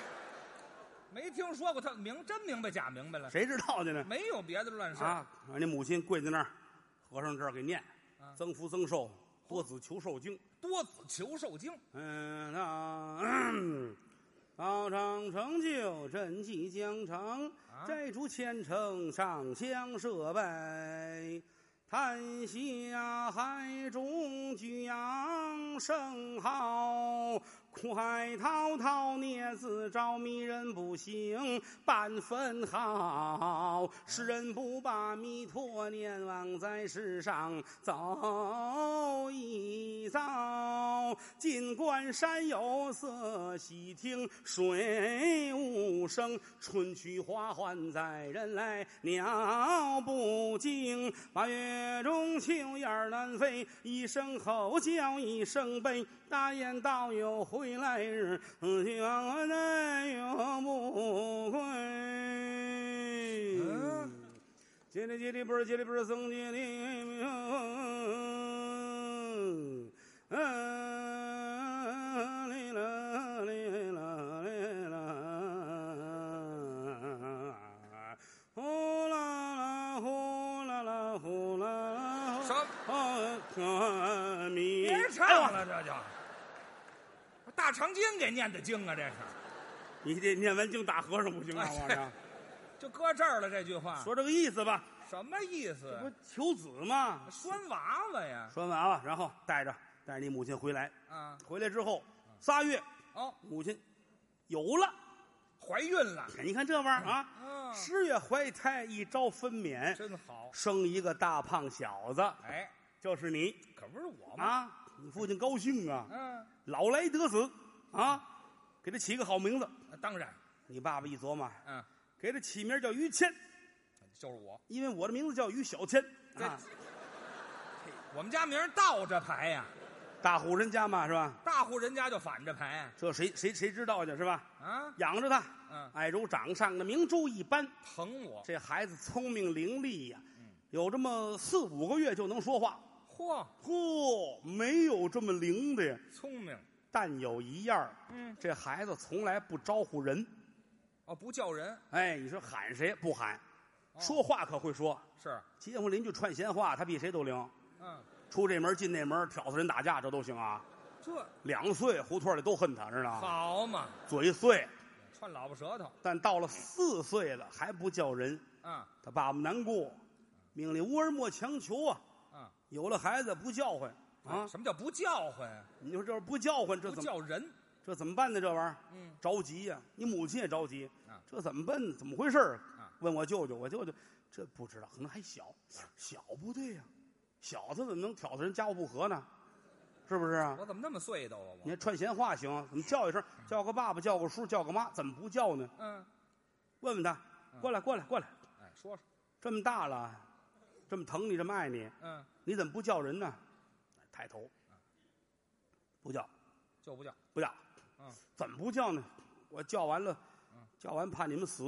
[SPEAKER 3] 没听说过他明真明白假明白了，
[SPEAKER 2] 谁知道去呢？
[SPEAKER 3] 没有别的乱事儿
[SPEAKER 2] 啊，让你母亲跪在那儿，和尚这儿给念
[SPEAKER 3] 啊
[SPEAKER 2] 《增福增寿多子求寿经》。
[SPEAKER 3] 多子求寿经，
[SPEAKER 2] 嗯，那高长成就，振济疆场
[SPEAKER 3] 啊，
[SPEAKER 2] 摘除千乘，上香设拜。叹息呀，海中举扬声号，快滔滔孽自招，迷人不醒半分好。世人不把弥陀念，枉在世上走一遭。尽管山有色，细听水无声。春去花还在，人来鸟不惊。八月中秋，雁儿南飞，一声吼叫一声悲。大雁道有回来日，远来有不归。
[SPEAKER 3] 嗯
[SPEAKER 2] 叽里叽里啵儿，叽里啵儿，僧叽里明。啊哩啦哩啦哩啦，呼啦啦呼啦啦呼啦啦。
[SPEAKER 3] 什么
[SPEAKER 2] 啊阿弥
[SPEAKER 3] 别唱
[SPEAKER 2] 哎
[SPEAKER 3] 了，这就大长今给念的经啊，这是
[SPEAKER 2] 你这念完经打和尚不行啊！我
[SPEAKER 3] 哎就搁这儿了。这句话
[SPEAKER 2] 这说这个意思吧，
[SPEAKER 3] 什么意
[SPEAKER 2] 这不
[SPEAKER 3] 思？
[SPEAKER 2] 求子吗？
[SPEAKER 3] 拴娃娃呀？
[SPEAKER 2] 拴完了，然后带着带着你母亲回来，
[SPEAKER 3] 啊，
[SPEAKER 2] 回来之后仨月，
[SPEAKER 3] 哦，
[SPEAKER 2] 母亲有了。
[SPEAKER 3] 怀孕了，
[SPEAKER 2] 你看这玩意儿啊，
[SPEAKER 3] 啊，
[SPEAKER 2] 十月怀胎，一朝分娩，
[SPEAKER 3] 真好。
[SPEAKER 2] 生一个大胖小子，
[SPEAKER 3] 哎，
[SPEAKER 2] 就是你
[SPEAKER 3] 可不是我吗？
[SPEAKER 2] 啊！你父亲高兴啊，
[SPEAKER 3] 嗯，
[SPEAKER 2] 老来得子啊，给他起个好名字。
[SPEAKER 3] 当然，
[SPEAKER 2] 你爸爸一琢磨，
[SPEAKER 3] 嗯，
[SPEAKER 2] 给他起名叫于谦，
[SPEAKER 3] 就是我。
[SPEAKER 2] 因为我的名字叫于小谦
[SPEAKER 3] 这
[SPEAKER 2] 啊。
[SPEAKER 3] 我们家名儿倒着排呀，
[SPEAKER 2] 大户人家嘛，是吧？
[SPEAKER 3] 大户人家就反着排
[SPEAKER 2] 这谁谁谁知道去是吧？
[SPEAKER 3] 啊。
[SPEAKER 2] 养着他，
[SPEAKER 3] 嗯，
[SPEAKER 2] 爱如掌上的明珠一般。
[SPEAKER 3] 疼我，
[SPEAKER 2] 这孩子聪明伶俐呀、
[SPEAKER 3] 嗯
[SPEAKER 2] 有这么四五个月就能说话。
[SPEAKER 3] 嚯，
[SPEAKER 2] 嚯，没有这么灵的呀！
[SPEAKER 3] 聪明
[SPEAKER 2] 但有一样儿，
[SPEAKER 3] 嗯
[SPEAKER 2] 这孩子从来不招呼人。
[SPEAKER 3] 哦，不叫人
[SPEAKER 2] 哎，你说喊谁不喊？
[SPEAKER 3] 哦
[SPEAKER 2] 说话可会说，
[SPEAKER 3] 是，
[SPEAKER 2] 街坊邻居串闲话，他比谁都灵。
[SPEAKER 3] 嗯，
[SPEAKER 2] 出这门进那门，挑唆人打架，这都行啊。
[SPEAKER 3] 这
[SPEAKER 2] 两岁胡同里都恨他，知道吗？
[SPEAKER 3] 好嘛，
[SPEAKER 2] 嘴碎，
[SPEAKER 3] 串老婆舌头
[SPEAKER 2] 但到了四岁了还不叫人，
[SPEAKER 3] 啊
[SPEAKER 2] 他爸爸难过，命令无人莫强求啊。
[SPEAKER 3] 啊
[SPEAKER 2] 有了孩子不教诲啊，
[SPEAKER 3] 什么叫不叫唤呀？
[SPEAKER 2] 你说这要是不教诲，这怎
[SPEAKER 3] 不
[SPEAKER 2] 么
[SPEAKER 3] 叫人，
[SPEAKER 2] 这怎么办呢？这玩意儿
[SPEAKER 3] 嗯，
[SPEAKER 2] 着急呀、你母亲也着急
[SPEAKER 3] 啊，
[SPEAKER 2] 这怎么办呢？怎么回事儿
[SPEAKER 3] 啊？
[SPEAKER 2] 问我舅舅，我舅舅这不知道，可能还小，小不对呀、小子怎么能挑唆人家务不和呢？是不是啊？
[SPEAKER 3] 我怎么那么碎叨啊
[SPEAKER 2] 你
[SPEAKER 3] 我？
[SPEAKER 2] 还串闲话行？怎么叫一声？叫个爸爸，叫个叔，叫个妈，怎么不叫呢？
[SPEAKER 3] 嗯，
[SPEAKER 2] 问问他，过来，过来，过来，
[SPEAKER 3] 哎，说说，
[SPEAKER 2] 这么大了，这么疼你，这么爱你，
[SPEAKER 3] 嗯，
[SPEAKER 2] 你怎么不叫人呢？抬头，不叫，
[SPEAKER 3] 就不叫，
[SPEAKER 2] 不叫，
[SPEAKER 3] 嗯，
[SPEAKER 2] 怎么不叫呢？我叫完了，叫完怕你们死，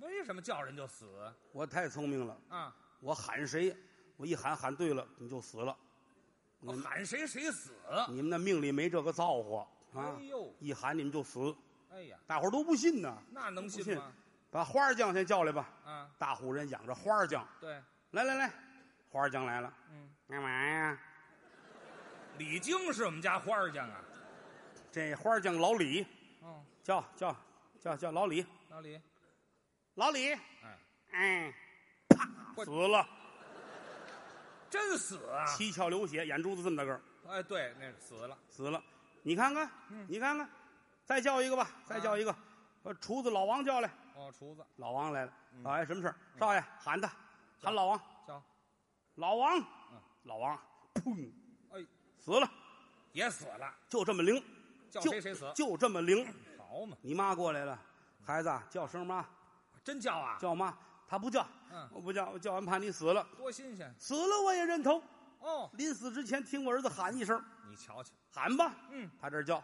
[SPEAKER 3] 为什么叫人就死
[SPEAKER 2] 我太聪明了，
[SPEAKER 3] 啊？
[SPEAKER 2] 我喊谁，我一喊喊对了，你就死了。
[SPEAKER 3] 我
[SPEAKER 2] 嗯
[SPEAKER 3] 喊谁谁死？
[SPEAKER 2] 你们那命里没这个造化啊
[SPEAKER 3] 哦哎！呦，
[SPEAKER 2] 一喊你们就死，
[SPEAKER 3] 哎呀，
[SPEAKER 2] 大伙儿都不信呢。
[SPEAKER 3] 那能
[SPEAKER 2] 不信
[SPEAKER 3] 信吗？
[SPEAKER 2] 把花儿匠先叫来吧，
[SPEAKER 3] 啊，
[SPEAKER 2] 大户人养着花儿匠，
[SPEAKER 3] 对，
[SPEAKER 2] 来来来，花儿匠来了，
[SPEAKER 3] 嗯，
[SPEAKER 2] 干嘛呀？
[SPEAKER 3] 李菁是我们家花儿匠啊。
[SPEAKER 2] 这花儿匠老李，
[SPEAKER 3] 哦，
[SPEAKER 2] 叫叫叫叫老李，
[SPEAKER 3] 老李，
[SPEAKER 2] 老李，
[SPEAKER 3] 哎，啊
[SPEAKER 2] 哎，
[SPEAKER 3] 不
[SPEAKER 2] 啪
[SPEAKER 3] 是
[SPEAKER 2] 死了，
[SPEAKER 3] 真死啊！
[SPEAKER 2] 七窍流血，眼珠子这么大个儿，
[SPEAKER 3] 哎，对，那是死了。
[SPEAKER 2] 死了。你看看，
[SPEAKER 3] 嗯
[SPEAKER 2] 你看看，再叫一个吧，再叫
[SPEAKER 3] 啊
[SPEAKER 2] 一个，呃，厨子老王叫来，
[SPEAKER 3] 哦，厨子
[SPEAKER 2] 老王来了，
[SPEAKER 3] 嗯
[SPEAKER 2] 老爷什么事儿？少爷喊他，喊老王，
[SPEAKER 3] 叫，
[SPEAKER 2] 老王，老王，砰，
[SPEAKER 3] 嗯哎，
[SPEAKER 2] 死了，
[SPEAKER 3] 也死了，
[SPEAKER 2] 就这么灵，
[SPEAKER 3] 叫
[SPEAKER 2] 就
[SPEAKER 3] 谁谁死
[SPEAKER 2] 就这么灵。
[SPEAKER 3] 好嘛，
[SPEAKER 2] 你妈过来了，孩子啊叫声妈，
[SPEAKER 3] 真叫啊，
[SPEAKER 2] 叫妈，她不叫，
[SPEAKER 3] 嗯
[SPEAKER 2] 我不叫，我叫完怕你死了，
[SPEAKER 3] 多新鲜
[SPEAKER 2] 死了我也认头。
[SPEAKER 3] 哦！
[SPEAKER 2] 临死之前听我儿子喊一声，
[SPEAKER 3] 你瞧瞧，
[SPEAKER 2] 喊吧，
[SPEAKER 3] 嗯
[SPEAKER 2] 他这儿叫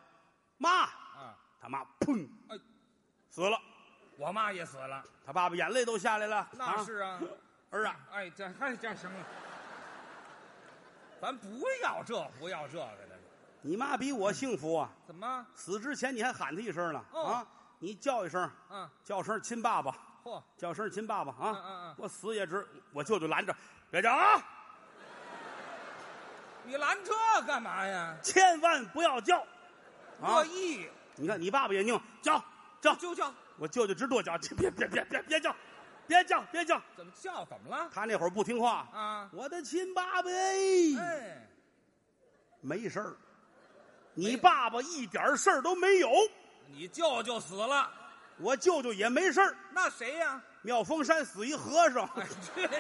[SPEAKER 2] 妈，
[SPEAKER 3] 啊，
[SPEAKER 2] 他妈砰，
[SPEAKER 3] 哎，
[SPEAKER 2] 死了，
[SPEAKER 3] 我妈也死了，
[SPEAKER 2] 他爸爸眼泪都下来了，
[SPEAKER 3] 那是啊，
[SPEAKER 2] 儿啊，
[SPEAKER 3] 哎，这哎这行了，咱不要这，不要这个的，
[SPEAKER 2] 你妈比我幸福啊，
[SPEAKER 3] 怎么？
[SPEAKER 2] 死之前你还喊他一声呢，
[SPEAKER 3] 哦
[SPEAKER 2] 啊，你叫一声，
[SPEAKER 3] 啊，
[SPEAKER 2] 叫声亲爸爸，
[SPEAKER 3] 嚯，
[SPEAKER 2] 叫声亲爸爸
[SPEAKER 3] 嗯嗯
[SPEAKER 2] 啊
[SPEAKER 3] 嗯，
[SPEAKER 2] 我死也值，我舅舅拦着，别叫啊，
[SPEAKER 3] 你拦这干嘛呀？
[SPEAKER 2] 千万不要叫，啊
[SPEAKER 3] 乐，意
[SPEAKER 2] 你看你爸爸也拧，叫叫，
[SPEAKER 3] 就叫，
[SPEAKER 2] 我舅舅直跺脚，别别别别别叫，别叫别叫，
[SPEAKER 3] 怎么叫？怎么了？
[SPEAKER 2] 他那会儿不听话，
[SPEAKER 3] 啊，
[SPEAKER 2] 我的亲爸爸，
[SPEAKER 3] 哎，
[SPEAKER 2] 没事儿，
[SPEAKER 3] 没
[SPEAKER 2] 你
[SPEAKER 3] 有
[SPEAKER 2] 爸爸一点事儿都没有，
[SPEAKER 3] 你舅舅死了，
[SPEAKER 2] 我舅舅也没事儿。
[SPEAKER 3] 那谁呀？
[SPEAKER 2] 妙峰山死一和尚，
[SPEAKER 3] 哎，去你的！